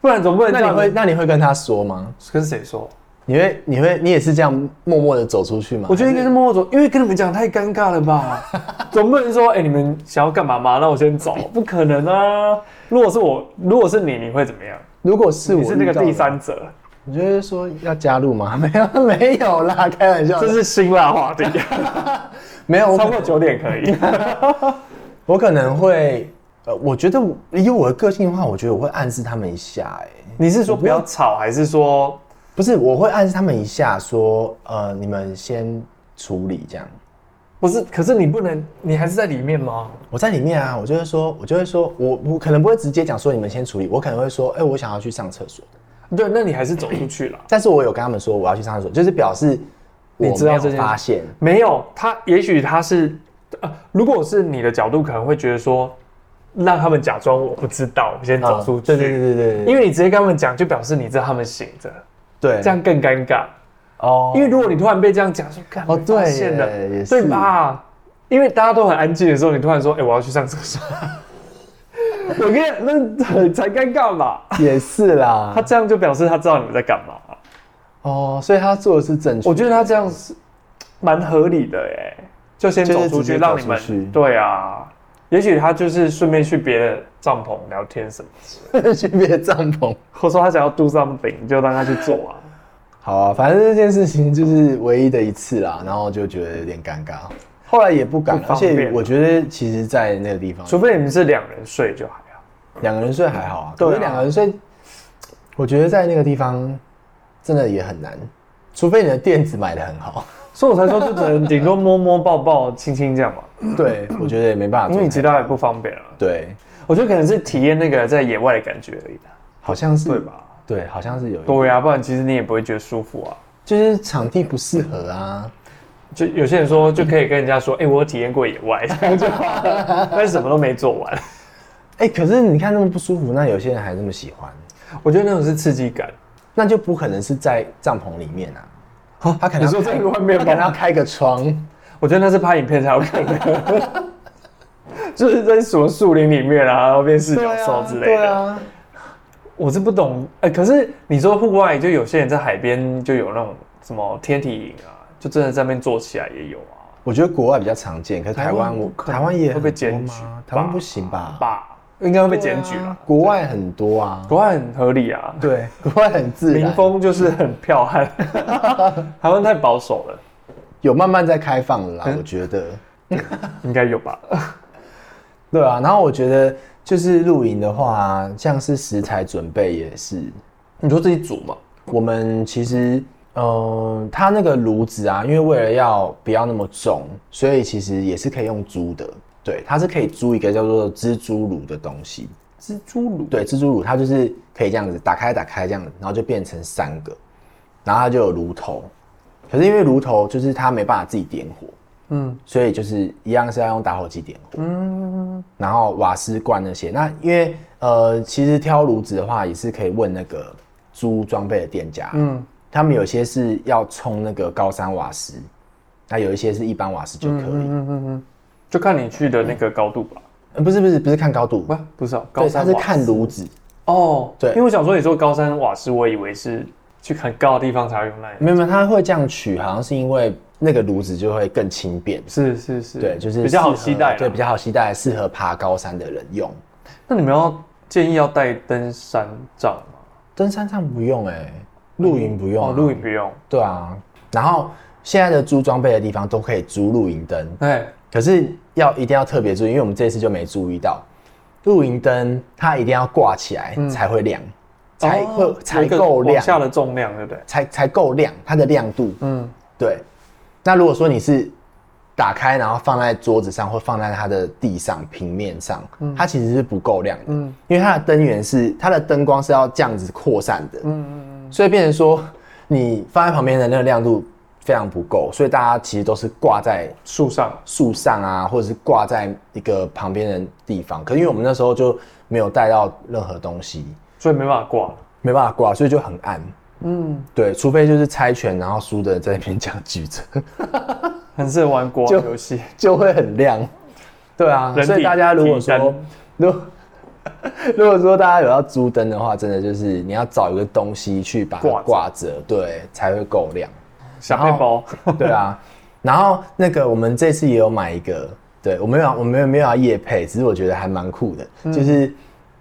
S2: 不然总不能
S1: 那
S2: 这
S1: 你
S2: 样
S1: 会那你会跟他说吗？
S2: 跟谁说？
S1: 你会你会你也是这样默默的走出去吗？
S2: 我觉得应该是默默走，因为跟你们讲太尴尬了 [laughs] 吧？总不能说哎、你们想要干嘛嘛？那我先走，不可能啊！如果是我，如果是你，你会怎么样？
S1: 如果是我
S2: 你是那个
S1: 遇到的
S2: 第，三者，
S1: 你就会说要加入吗？ [laughs] 没有没有啦，开玩笑的，
S2: 这是辛辣话 [laughs] 题，
S1: 没有我
S2: 超
S1: 可
S2: 过九点可 [laughs] 以。
S1: 我可能会。呃，我觉得我以我的个性的话，我觉得我会暗示他们一下、欸，
S2: 你是说不要吵，还是说
S1: 不是，我会暗示他们一下，说，呃，你们先处理这样。
S2: 不是？可是你不能，你还是在里面吗？
S1: 我在里面啊，我就会说，我就会说，我我可能不会直接讲说你们先处理，我可能会说，哎、我想要去上厕所，
S2: 对，那你还是走出去了。
S1: 但是我有跟他们说我要去上厕所，就是表示我
S2: 你知道
S1: 没有
S2: 这件事
S1: 发现，
S2: 没有，他也许他是，呃，如果是你的角度，可能会觉得说，让他们假装我不知道，我先走出去。
S1: 啊对对对对对，
S2: 因
S1: 为
S2: 为你直接跟他们讲，就表示你知道他们醒着，
S1: 对
S2: 这样更尴尬。
S1: 哦，
S2: 因为如果你突然被这样讲，说干
S1: 哦
S2: 被发
S1: 对
S2: 现了
S1: 耶也，是
S2: 对吧？因为大家都很安静的时候，你突然说，哎、我要去上厕所。
S1: [laughs]
S2: 我跟你讲那很才尴尬嘛，
S1: 也是啦
S2: 他，啊这样就表示他知道你们在干嘛。
S1: 哦，所以他做的是正确， [laughs]
S2: 我觉得他这样是蛮合理的哎，就先走
S1: 就是
S2: 出
S1: 直接
S2: 去，让你
S1: 走出去
S2: 们对啊。也许他就是顺便去别的帐篷聊天什么，
S1: 得去别的帐篷。
S2: 或者说他想要 do something，就让他去做
S1: [laughs]
S2: 啊。
S1: 好啊，反正这件事情就是唯一的一次啦，然后就觉得有点尴尬，后来也不敢了，
S2: 不
S1: 而
S2: 方便
S1: 且我觉得其实，在那个地方，
S2: 除非你们是两人睡就还好。
S1: 两个人睡还好啊，
S2: 对啊
S1: 可是两个人睡，我觉得在那个地方真的也很难，除非你的垫子买的很
S2: [laughs]
S1: 好。
S2: 所以我才说，就只能顶多摸摸、抱抱、亲亲这样嘛，
S1: [laughs] 对，我觉得也没办法做。
S2: 因为你其他也不方便啊。
S1: 对，
S2: 我觉得可能是体验那个在野外的感觉而已啦，
S1: 好像是
S2: 对？吧？
S1: 对，好像是有一个，
S2: 对啊，不然其实你也不会觉得舒服啊。
S1: 就是场地不适合啊。
S2: 就有些人说，就可以跟人家说，哎、我有体验过野外，这样就好
S1: [laughs]
S2: 了，但是什么都没做完。
S1: 哎、可是你看那么不舒服，那有些人还那么喜欢，
S2: 我觉得那种是刺激感，
S1: 那就不可能是在帐篷里面啊。他可能要
S2: 你说 [laughs] 在
S1: 开
S2: 外面吗
S1: 他可能要开个窗，
S2: 我觉得那是拍影片才有可能， [laughs] 就是在什么树林里面啊，然后变四角兽之类
S1: 对
S2: 的。
S1: 啊，
S2: 我是不懂，哎、可是你说户外，就有些人在海边就有那种什么天体营啊，就真的在那边做起来也有啊。
S1: 我觉得国外比较常见，可是台湾
S2: 台湾
S1: 我
S2: 不可能
S1: 台湾也
S2: 会
S1: 很
S2: 被
S1: 多
S2: 检举
S1: 吗？台湾不行吧？
S2: 吧，应该会被检举
S1: 啊对
S2: 了
S1: 啊。国外很多啊，
S2: 国外很合理啊，
S1: 对，国外很自
S2: 民
S1: 然，
S2: 风就是很剽
S1: [laughs]
S2: 悍，台湾太保守了，
S1: 有慢慢在开放了
S2: 嗯
S1: 啦，我觉得。
S2: 应该有吧？
S1: 对啊，然后我觉得就是露营的话，像是食材准备也是，
S2: 你说自己煮嘛？
S1: 我们其实，嗯，它那个炉子啊，因为为了要不要那么重，所以其实也是可以用租的。对，它是可以租一个叫做蜘蛛炉的东西。
S2: 蜘蛛炉，
S1: 对，蜘蛛炉它就是可以这样子打开打开这样，然后就变成三个，然后它就有炉头。可是因为炉头就是它没办法自己点火，
S2: 嗯
S1: 所以就是一样是要用打火机点火。
S2: 嗯，
S1: 然后瓦斯罐那些。那因为呃，其实挑炉子的话，也是可以问那个租装备的店家，
S2: 嗯，
S1: 他们有些是要冲那个高山瓦斯，那有一些是一般瓦斯就可以。
S2: 嗯嗯嗯，就看你去的那个高度吧。
S1: 呃不是不是不是看高度，
S2: 不，不是、啊，高
S1: 对，
S2: 山
S1: 它
S2: 瓦斯
S1: 是看炉子，
S2: 哦，
S1: 对
S2: 因为我想说你说高山瓦斯，我以为是去很高的地方才会用那样。
S1: 没有没有，它会这样取，好像是因为那个炉子就会更轻便。
S2: 是是是，
S1: 对，就是
S2: 比较好啊
S1: 适合
S2: 期待。
S1: 对，比。较好携带，适合爬高山的人用。
S2: 那你们要建议要带登山杖吗？
S1: 登山上不用哎、露营不用、啊，
S2: 哦，露营不用。
S1: 对啊。然后现在的租装备的地方都可以租露营灯，
S2: 哎，
S1: 可是要一定要特别注意，因为我们这次就没注意到，露营灯它一定要挂起来才会亮，才会、
S2: 嗯哦有
S1: 才
S2: 一个
S1: 够
S2: 往
S1: 亮，
S2: 下的重量，对不对？
S1: 才才够亮，它的亮度。
S2: 嗯，
S1: 对，那如果说你是打开然后放在桌子上或放在它的地上平面上，它其实是不够亮的，
S2: 嗯
S1: 因为它的灯源是它的灯光是要这样子扩散的，
S2: 嗯嗯
S1: 所以变成说你放在旁边的那个亮度非常不够，所以大家其实都是挂在
S2: 树上，
S1: 树上啊，或者是挂在一个旁边的地方。可是因为我们那时候就没有带到任何东西，
S2: 所以没办法挂了。
S1: 没办法挂，所以就很暗。
S2: 嗯，
S1: 对，除非就是猜拳，然后输的在那边这样举着， [laughs]
S2: 很适合玩国王
S1: 就
S2: 游戏。
S1: 就会很亮。对啊，
S2: 人体
S1: 所以大家如果
S2: 体
S1: 说
S2: 灯，
S1: 如果 [laughs] 如果说大家有要租灯的话，真的就是你要找一个东西去把它
S2: 挂着
S1: 挂着，对，才会够
S2: [laughs]
S1: 亮。
S2: 小背包，
S1: 对啊，然后那个我们这次也有买一个，对我没有我没有没有要夜配，只是我觉得还蛮酷的，
S2: 嗯
S1: 就是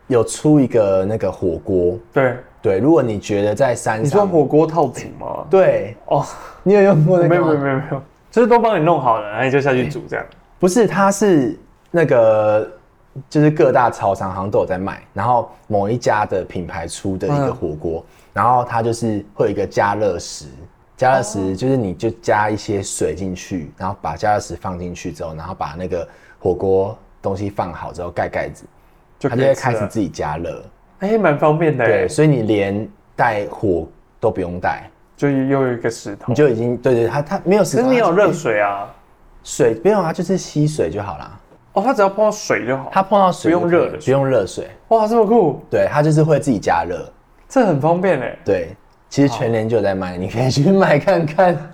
S1: 有出一个那个火锅。
S2: [laughs] 对，
S1: 对，如果你觉得在山
S2: 你说
S1: 上，
S2: 火锅套组吗？
S1: 对
S2: 哦，
S1: 你有用过那个
S2: 没
S1: 吗？
S2: 有没有没有没有，就是都帮你弄好了，然后你就下去煮这样。
S1: 不是，它是那个就是各大超商好像都有在卖，然后某一家的品牌出的一
S2: 嗯
S1: 个火锅，然后它就是会有一个加热石，加热
S2: 哦
S1: 石就是你就加一些水进去，然后把加热石放进去之后，然后把那个火锅东西放好之后盖盖子，
S2: 就
S1: 它
S2: 可
S1: 就
S2: 以
S1: 会
S2: 吃
S1: 开始
S2: 了
S1: 自己加热。
S2: 哎，蛮方便的。
S1: 对，，所以你连带火都不用带，
S2: 就又有一个石头
S1: 你。就已经对对，它它没有
S2: 可
S1: 石
S2: 是
S1: 头，
S2: 你有
S1: 它
S2: 热水啊？
S1: 水没有啊，就是吸水就好啦。
S2: 哦，它只要碰到水就好。
S1: 它碰到水
S2: 不用
S1: 就可以
S2: 热的
S1: 了不用热水。
S2: 哇，这么酷，
S1: 对，它就是会自己加热。
S2: 这很方便哎，
S1: 对，其实全联就有在卖，你可以去买看
S2: [laughs]
S1: 看。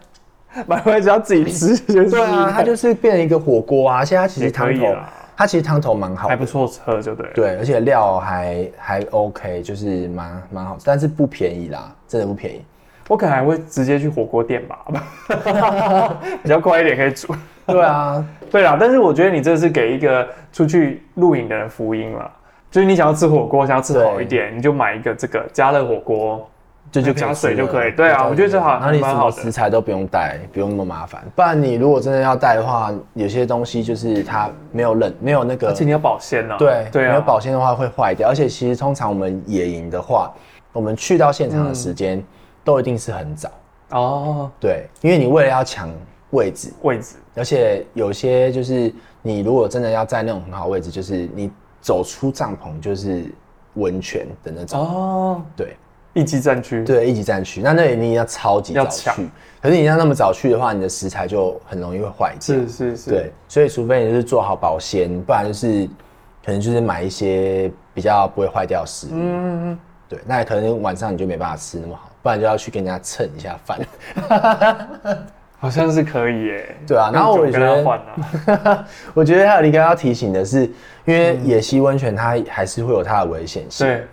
S2: 买回来只要自己吃
S1: [laughs]
S2: 就是。
S1: 对啊，它就是变成一个火锅啊。现在它其
S2: 也
S1: 实
S2: 可
S1: 汤
S2: 以
S1: 头
S2: 啦，
S1: 它其实汤头蛮好
S2: 还
S1: 的，
S2: 不错喝，就对了。
S1: 对，而且料还还 OK，就是蛮蛮好，但是不便宜啦，真的不便宜。
S2: 我可能还会直接去火锅店吧， [laughs] 比较快一点可以煮。
S1: 对啊，
S2: 对啦，但是我觉得你这是给一个出去露营的人福音啦。就是你想要吃火锅，想要吃好一点，你就买一个这个加热火锅。
S1: 这就
S2: 加
S1: 可以
S2: 水
S1: 吃了
S2: 就可以对啊
S1: 加
S2: 我觉得这好
S1: 然后你
S2: 还
S1: 什
S2: 蛮好
S1: 么
S2: 的
S1: 食材都不用带，不用那么麻烦。不然你如果真的要带的话，有些东西就是它没有冷，没有那个
S2: 而且你要保鲜啊。
S1: 对
S2: 对
S1: 没
S2: 啊
S1: 有，保鲜的话会坏掉。而且其实通常我们野营的话，我们去到现场的时间、都一定是很早，
S2: 哦，
S1: 对，因为你为了要抢位置，
S2: 位置
S1: 而且有些就是你如果真的要在那种很好的位置，就是你走出帐篷就是温泉的那种，
S2: 哦，
S1: 对
S2: 一级战区。
S1: 对，一级战区，那那里你要超级
S2: 要
S1: 早
S2: 抢
S1: 去，可是你要那么早去的话，你的食材就很容易会坏掉。
S2: 是是是，
S1: 对，所以除非你就是做好保鲜，不然就是可能就是买一些比较不会坏掉的食物。
S2: 嗯，嗯，
S1: 对，那可能晚上你就没办法吃那么好，不然就要去跟人家蹭一下饭。
S2: 好像是可以耶。
S1: 对啊然后我
S2: 用
S1: 也
S2: 酒嗯跟
S1: 觉
S2: 他
S1: 得
S2: 换啊，
S1: 我觉得还有一个要提醒的是，因为野溪温泉它还是会有它的危险性。
S2: 嗯对，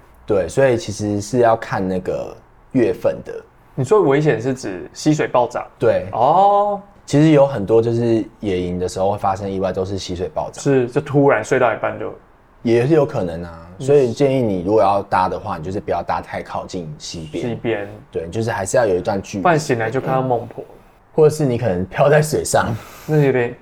S1: 对，所以其实是要看那个月份的。
S2: 你说危险是指溪水暴涨
S1: 对，
S2: 哦，
S1: 其实有很多就是野营的时候会发生意外，都是溪水暴涨，
S2: 是就突然睡到一半就
S1: 也是有可能啊。所
S2: 嗯
S1: 以建议你如果要搭的话，你就是不要搭太靠近溪
S2: 西
S1: 边，
S2: 边，
S1: 对，就是还是要有一段距
S2: 不
S1: 离，
S2: 然醒来就看到孟婆，
S1: 或者是你可能漂在水上，
S2: 那有点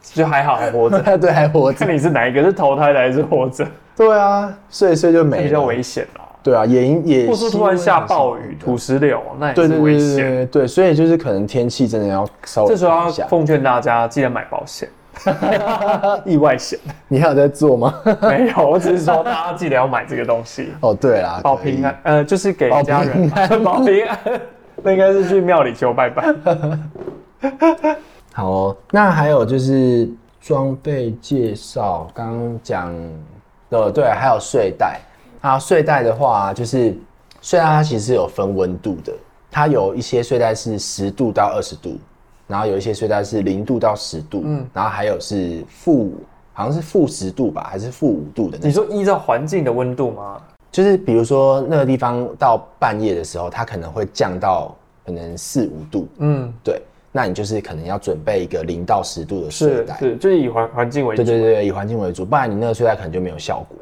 S2: 就还好还活着。
S1: [laughs] 对，还活着。
S2: 看你是哪一个，是投胎的还是活着，
S1: 对啊，睡一睡就没了。
S2: 比较危险啦。
S1: 对啊，野营野
S2: 或者说突然下暴雨、土石流，那也
S1: 对
S2: 是
S1: 对
S2: 危
S1: 对对
S2: 险。
S1: 对对，所以就是可能天气真的要稍微
S2: 这时候
S1: 看
S2: 要
S1: 一下
S2: 奉劝大家，记得买保险，意外险。
S1: 你还有在做吗？ [laughs]
S2: 没有，我只是说大家记得要买这个东西，
S1: 哦，对啦，
S2: 保
S1: 可以
S2: 平安。，呃，就是给
S1: 保
S2: 家人
S1: 平安
S2: 保平安。那应该是去庙里求拜拜。
S1: 好哦，那还有就是装备介绍，刚刚讲的对，还有睡袋。啊，睡袋的话，就是睡袋它其实有分温度的，它有一些睡袋是十度到二十度，然后有一些睡袋是零度到十度，嗯，然后还有是负好像是负十度吧，还是负五度的那种
S2: 你说依照环境的温度吗？
S1: 就是比如说那个地方到半夜的时候，它可能会降到可能四五度，
S2: 嗯，
S1: 对，那你就是可能要准备一个零到十度的睡
S2: 是
S1: 袋，
S2: 是，就是以环环境为
S1: 对
S2: 主。
S1: 对对，以环境为主，不然你那个睡袋可能就没有效果。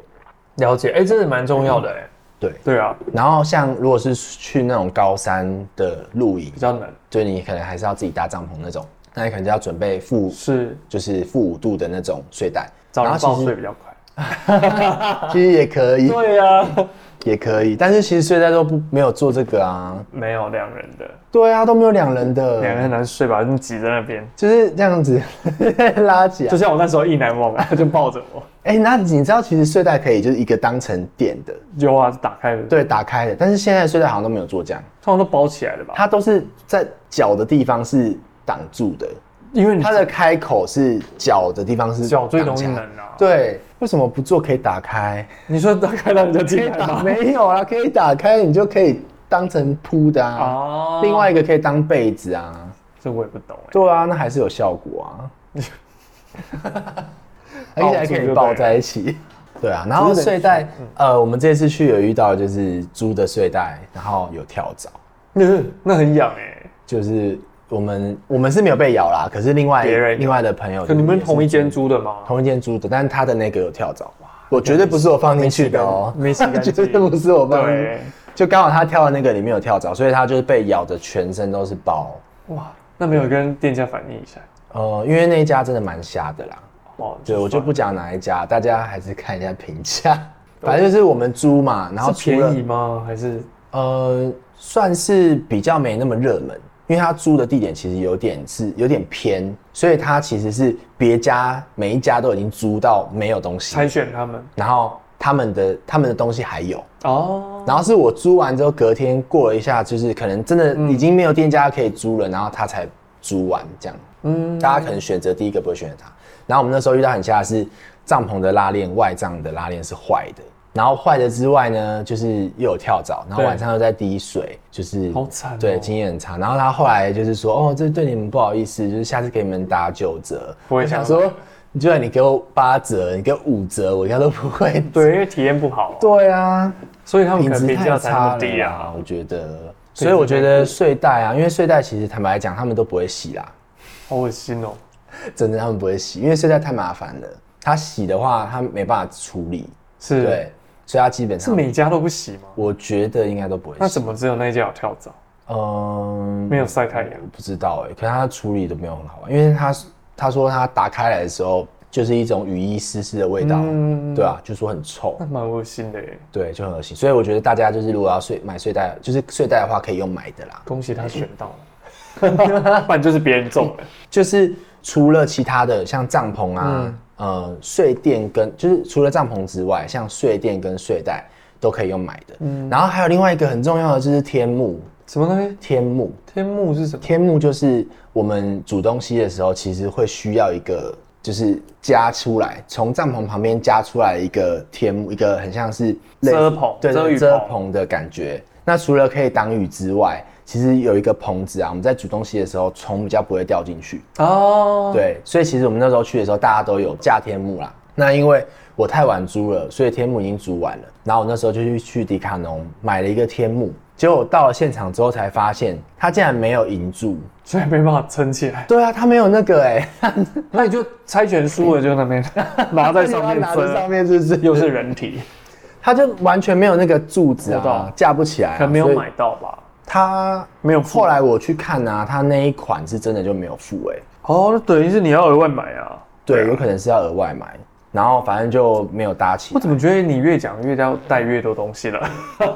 S2: 了解，哎，这是蛮重要
S1: 嗯
S2: 的哎。
S1: 对
S2: 对啊，
S1: 然后像如果是去那种高山的露营
S2: 比，较冷。
S1: 对你可能还是要自己搭帐篷那种，那你可能就要准备负
S2: 是
S1: 就是负五度的那种睡袋，
S2: 早
S1: 然
S2: 上
S1: 后
S2: 爆
S1: 其
S2: 睡
S1: 实
S2: 比较快。
S1: 其实也可
S2: [laughs]
S1: 以
S2: 对啊，
S1: 也可以，但是其实睡袋都不没有做这个啊，
S2: 没有两人的，
S1: 对啊，都没有两人的，
S2: 两个人很难睡吧？你挤在那边，
S1: 就是这样子 [laughs] 拉起来
S2: 就。像我那时候意难忘啊，就抱着我。
S1: 哎、那你知道其实睡袋可以就是一个当成垫的，
S2: 有啊，是打开的，，
S1: 对，打开的。但是现在的睡袋好像都没有做这样，
S2: 通常都包起来的吧？
S1: 它都是在脚的地方是挡住的，
S2: 因为你
S1: 它的开口是脚的地方是
S2: 脚最
S1: 挡
S2: 容易
S1: 起来。
S2: 冷啊。
S1: 对，为什么不做可以打开？ [laughs]
S2: 你说打开让人家
S1: 可
S2: 进
S1: 以
S2: 来
S1: 打
S2: 吗？
S1: 没有啊啦，可以打开，你就可以当成铺的啊。
S2: 哦
S1: 另外一个可以当被子啊。
S2: 这我也不懂哎、
S1: 对啊，那还是有效
S2: [laughs]
S1: 果啊。而且还可以抱在一起。对啊，然后睡袋，
S2: 嗯
S1: 呃，我们这次去有遇到就是租的睡袋，然后有跳蚤，
S2: 那那很痒哎、
S1: 就是我们我们是没有被咬啦，可是另外
S2: 别人有
S1: 另外的朋友就是
S2: 可
S1: 也是，
S2: 你们同一间租的吗？
S1: 同一间租的，但是他的那个有跳蚤，我绝对不是我放进去的哦，
S2: 没洗干净
S1: [laughs] 绝对不是我放进去
S2: 对，
S1: 就刚好他跳的那个里面有跳蚤，所以他就是被咬的全身都是包，
S2: 哇，那没有跟店家反映一下？
S1: 呃，因为那一家真的蛮瞎的啦，
S2: 哦，
S1: 对，我就
S2: 算
S1: 不讲哪一家，大家还是看一下评价。反正就是我们租嘛，然后
S2: 了是
S1: 除了
S2: 便宜吗？还是
S1: 呃，算是比较没那么热门，因为它租的地点其实有点是有点偏，所以它其实是别家每一家都已经租到没有东西，
S2: 筛选他们？
S1: 然后他们的他们的东西还有，
S2: 哦，
S1: 然后是我租完之后隔天过了一下，就是可能真的已经没有店家可以租了，然后他才租完这样。
S2: 嗯，
S1: 大家可能选择第一个不会选择它。然后我们那时候遇到很瞎的是帐篷的拉链，外帐的拉链是坏的，然后坏的之外呢，就是又有跳蚤，然后
S2: 对
S1: 晚上又在滴水，就是
S2: 好惨哦
S1: 对，经验很差。然后他后来就是说，哦，这对你们不好意思，就是下次给你们打九折。
S2: 不会
S1: 想
S2: 想
S1: 说，你就算你给我八折，你给我五折，我应该都不会。
S2: 对，因啊为体验不好，
S1: 对啊，
S2: 所以他们
S1: 品
S2: 可
S1: 质
S2: 能评
S1: 太
S2: 价才那
S1: 差
S2: 么低
S1: 了
S2: 啊
S1: 啦，。我觉得。所以我觉得睡袋啊，因为睡袋其实坦白讲，他们都不会洗啦。 [laughs]
S2: 好恶心哦。
S1: 真的他们不会洗，因为睡袋太麻烦了。他洗的话，他没办法处理，
S2: 是，
S1: 对，所以他基本
S2: 是
S1: 上，
S2: 每家都不洗吗？
S1: 我觉得应该都不会
S2: 那
S1: 洗。
S2: 怎么只有那一家有跳蚤，
S1: 嗯，
S2: 没有晒太阳？
S1: 我不知道哎、可是他处理的没有很好啊吧，因为他他说他打开来的时候，就是一种雨衣湿湿的味道，
S2: 嗯
S1: 对啊，就说很臭
S2: 那，蛮恶心的耶。
S1: 对，就很恶心。所以我觉得大家就是如果要睡买睡袋，就是睡袋的话可以用买的啦，
S2: 恭喜他选到了， [laughs] 不然就是别人中了。
S1: 就是除了其他的像帐篷啊，
S2: 嗯
S1: 呃，睡垫跟就是除了帐篷之外，像睡垫跟睡袋都可以用买的。
S2: 嗯
S1: 然后还有另外一个很重要的就是天幕，
S2: 什么东西？
S1: 天幕，
S2: 天幕是什么？
S1: 天幕就是我们煮东西的时候，其实会需要一个就是夹出来，从帐篷旁边夹出来一个天幕，一个很像是类似
S2: 遮棚
S1: 对
S2: 遮雨
S1: 遮
S2: 棚
S1: 棚的感觉。那除了可以挡雨之外，其实有一个棚子啊，我们在煮东西的时候，虫比较不会掉进去。
S2: 哦，，
S1: 对，所以其实我们那时候去的时候，大家都有架天幕啦。那因为我太晚租了，所以天幕已经租完了。然后我那时候就去去迪卡侬买了一个天幕，结果我到了现场之后才发现，它竟然没有银柱。
S2: 所以没办法撑起来。
S1: 对啊，它没有那个 [laughs] 哎、
S2: 那你就猜拳输了就那边 [laughs] 拿在上 [laughs] 面啊
S1: 拿在上
S2: 分，啊
S1: 面是不是？
S2: 又是人体，
S1: 它就完全没有那个柱子
S2: 我懂
S1: 啊，架不起来、啊。
S2: 可能没有
S1: 所以
S2: 买到吧？
S1: 它
S2: 没有付
S1: 后来我去看啊，它那一款是真的就没有付哎、
S2: 哦，那等于是你要额外买啊。
S1: 对，有可能是要额外买，然后反正就没有搭起
S2: 我。怎么觉得你越讲越要带越多东西了？ [laughs]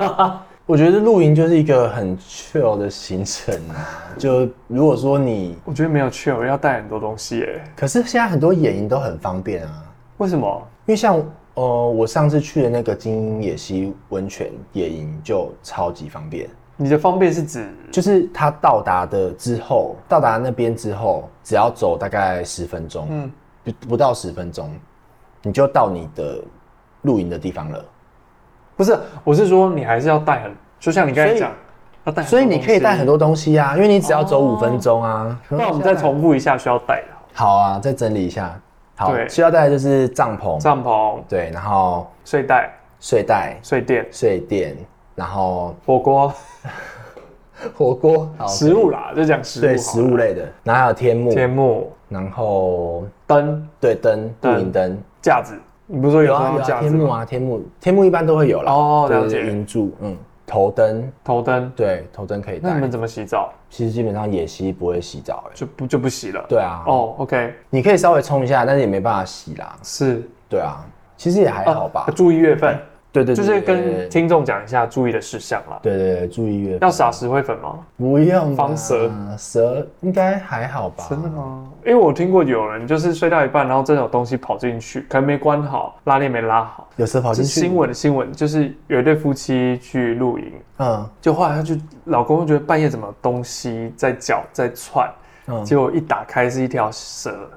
S1: 我觉得露营就是一个很 chill 的行程啊，就如果说你，
S2: 我觉得没有去，我要带很多东西耶。
S1: 可是现在很多野营都很方便啊，
S2: 为什么？
S1: 因为像呃我上次去的那个精英野溪温泉野营就超级方便，
S2: 你的方便是指
S1: 就是它到达的之后，到达那边之后，只要走大概十分钟，
S2: 嗯
S1: 不不到十分钟，你就到你的露营的地方了。
S2: 不是？我是说你还是要带很，就像你刚才
S1: 所以
S2: 讲，要哎带很多东西。哦
S1: 所以你可以带很多东西啊，因为你只要走五分钟啊。
S2: 那我们再重复一下需要带的
S1: 好啊，再整理一下。好，
S2: 对
S1: 需要带的就是帐篷，
S2: 帐篷、
S1: 对，然后
S2: 睡袋、
S1: 睡袋、
S2: 睡垫、
S1: 睡垫，然后
S2: 火锅、
S1: 火锅，好
S2: 食物啦，就讲食物好了。
S1: 对食物类的，然后还有天幕，
S2: 天幕、
S1: 然后
S2: 灯、
S1: 对灯，露
S2: 灯
S1: 营灯，
S2: 架子。你不是说有
S1: 有
S2: 时
S1: 啊
S2: 候
S1: 有
S2: 要
S1: 啊，
S2: 架子
S1: 天幕
S2: 吗？
S1: 啊天幕，天幕一般都会有啦。
S2: 哦
S1: 对
S2: 了
S1: 对
S2: 解
S1: 对银柱，嗯，头灯，
S2: 头灯。
S1: 对，头灯可以
S2: 那你
S1: 带
S2: 们。怎么洗澡？
S1: 其实基本上野溪不会洗澡，欸
S2: 就不就不洗了？
S1: 对啊，
S2: 哦，OK，
S1: 你可以稍微冲一下，但是也没办法洗啦。
S2: 是
S1: 对啊，其实也还好吧
S2: 啊。注意月份，
S1: 对对，对
S2: 就是跟
S1: 对
S2: 听众讲一下注意的事项啦。
S1: 对对对注意月
S2: 要撒石灰粉吗？
S1: 不用吧
S2: 防蛇，
S1: 啊蛇应该还好吧？
S2: 真的吗？因为我听过有人就是睡到一半，然后真的有东西跑进去，可能没关好，拉链没拉好。
S1: 有蛇跑
S2: 是
S1: 进去，
S2: 新闻的新闻，就是有一对夫妻去露营，
S1: 嗯
S2: 就后来他就老公就觉得半夜怎么东西在脚在窜，
S1: 嗯，
S2: 结果一打开是一条蛇，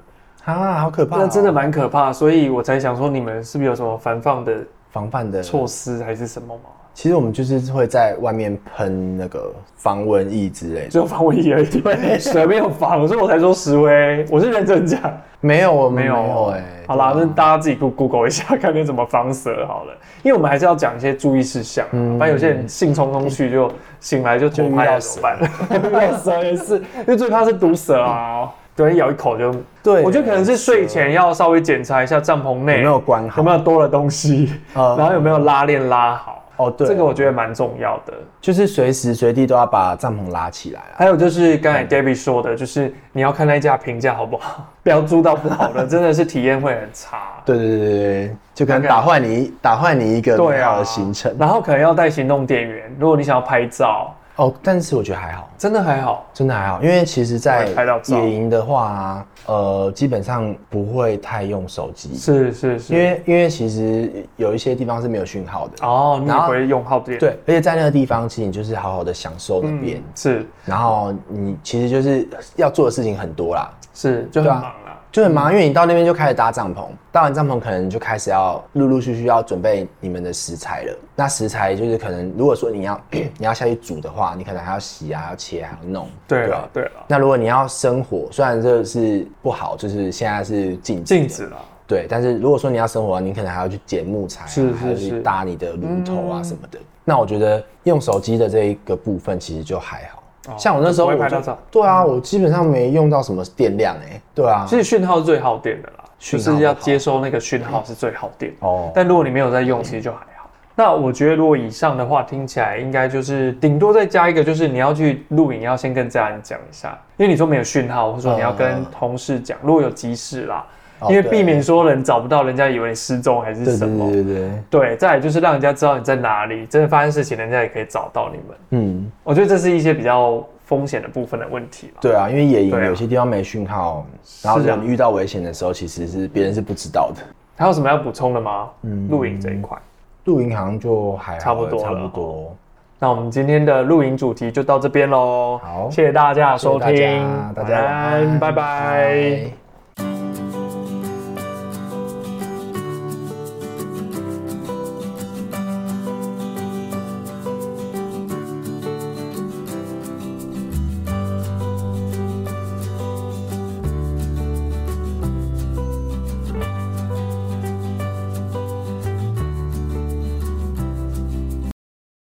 S1: 啊，好可怕哦！
S2: 那真的蛮可怕，所以我才想说你们是不是有什么防范的
S1: 防范的
S2: 措施还是
S1: [laughs]
S2: 什么吗？
S1: 其实我们就是会在外面喷那个防蚊液之类的。
S2: 只有防蚊液而已，蛇没有防，所以我才说石灰，我是认真讲，
S1: 没有，我们
S2: 没
S1: 没
S2: 有
S1: 有哎。
S2: 好啦，
S1: 对
S2: 那
S1: 啊
S2: 大家自己 Goo- Google 一下，看你怎么防蛇好了，因为我们还是要讲一些注意事项啊，
S1: 嗯
S2: 反正有些人兴冲冲去就醒来就
S1: 就
S2: 头
S1: 遇
S2: 拍
S1: 到
S2: 了怎么办？ [laughs] 遇到蛇也是，因为最怕是毒蛇啊，对，咬一口就，
S1: 对，
S2: 我觉得可能是睡前要稍微检查一下帐篷
S1: 有
S2: 内
S1: 没有关好
S2: 有，没有多了东西，
S1: 呃
S2: 然后有没有拉链拉好，
S1: 哦，对，
S2: 这个我觉得蛮重要的。
S1: 就是随时随地都要把帐篷拉起来啊。
S2: 还有就是刚才 Debbie 说的，就是你要看那一家评价好不好， [laughs] 不要租到不好的，真的是体验会很差。
S1: 对对对对对，就可能
S2: OK
S1: 打坏你打坏你一个
S2: 对
S1: 美好
S2: 啊，
S1: 的行程。
S2: 然后可能要带行动电源，如果你想要拍照，
S1: 哦，但是我觉得还好。
S2: 真的还好。
S1: 真的还好，因为其实，在
S2: 不会拍到照
S1: 野营的话、呃，基本上不会太用手机，
S2: 是是
S1: 因
S2: 是。
S1: 为因为其实有一些地方是没有讯号的，
S2: 哦，你也
S1: 然后
S2: 不会用耗电？，
S1: 对，而且在那个地方，其实你就是好好的享受那边，
S2: 嗯，是
S1: 然后你其实就是要做的事情很多啦，
S2: 是，就很
S1: 对啊
S2: 忙啦。
S1: 就很忙，因为你到那边就开始搭帐篷，搭完帐篷可能就开始要陆陆续续要准备你们的食材了。那食材就是可能如果说你要 [clears throat] 你要下去煮的话，你可能还要洗啊，要切啊，还要弄，
S2: 对
S1: 吧
S2: 了对啊了，
S1: 那如果你要生火，虽然这是不好，就是现在是禁止的
S2: 镜子啦，
S1: 对，但是如果说你要生火，你可能还要去捡木材、啊，
S2: 是是
S1: 还要去
S2: 是嗯
S1: 搭你的炉头啊什么的。那我觉得用手机的这一个部分其实就还好，像我那时候
S2: 哦
S1: 我
S2: 就不会
S1: 就
S2: 拍到照嗯
S1: 对啊，我基本上没用到什么电量哎、对啊，
S2: 其实讯号是最耗电的啦，就
S1: 讯号不好
S2: 是要接收那个讯号是最耗电的。
S1: 哦，
S2: 但如果你没有在用，其实就还好。那我觉得，如果以上的话听起来，应该就是顶多再加一个，就是你要去录影，要先跟家人讲一下，因为你说没有讯号，或者说你要跟同事讲，如果有急事啦，
S1: 哦
S2: 因为
S1: 对
S2: 避免说人找不到，人家以为你失踪还是
S1: 对
S2: 什
S1: 对
S2: 么。
S1: 对对对，
S2: 对，再来就是让人家知道你在哪里，真的发生事情，人家也可以找到你们。
S1: 嗯，
S2: 我觉得这是一些比较风险的部分的问题啦。
S1: 对啊，因为野营
S2: 对啊
S1: 有些地方没讯号，然后
S2: 是啊
S1: 人遇到危险的时候，其实是别人是不知道的。
S2: 还有什么要补充的吗？嗯，录影这一块。
S1: 露营好像就还好
S2: 差不多
S1: 差不
S2: 了
S1: 多。
S2: 那我们今天的露营主题就到这边喽。
S1: 好
S2: 谢谢大家的收听
S1: 谢谢，大家，大家晚安，
S2: 拜拜。
S1: 拜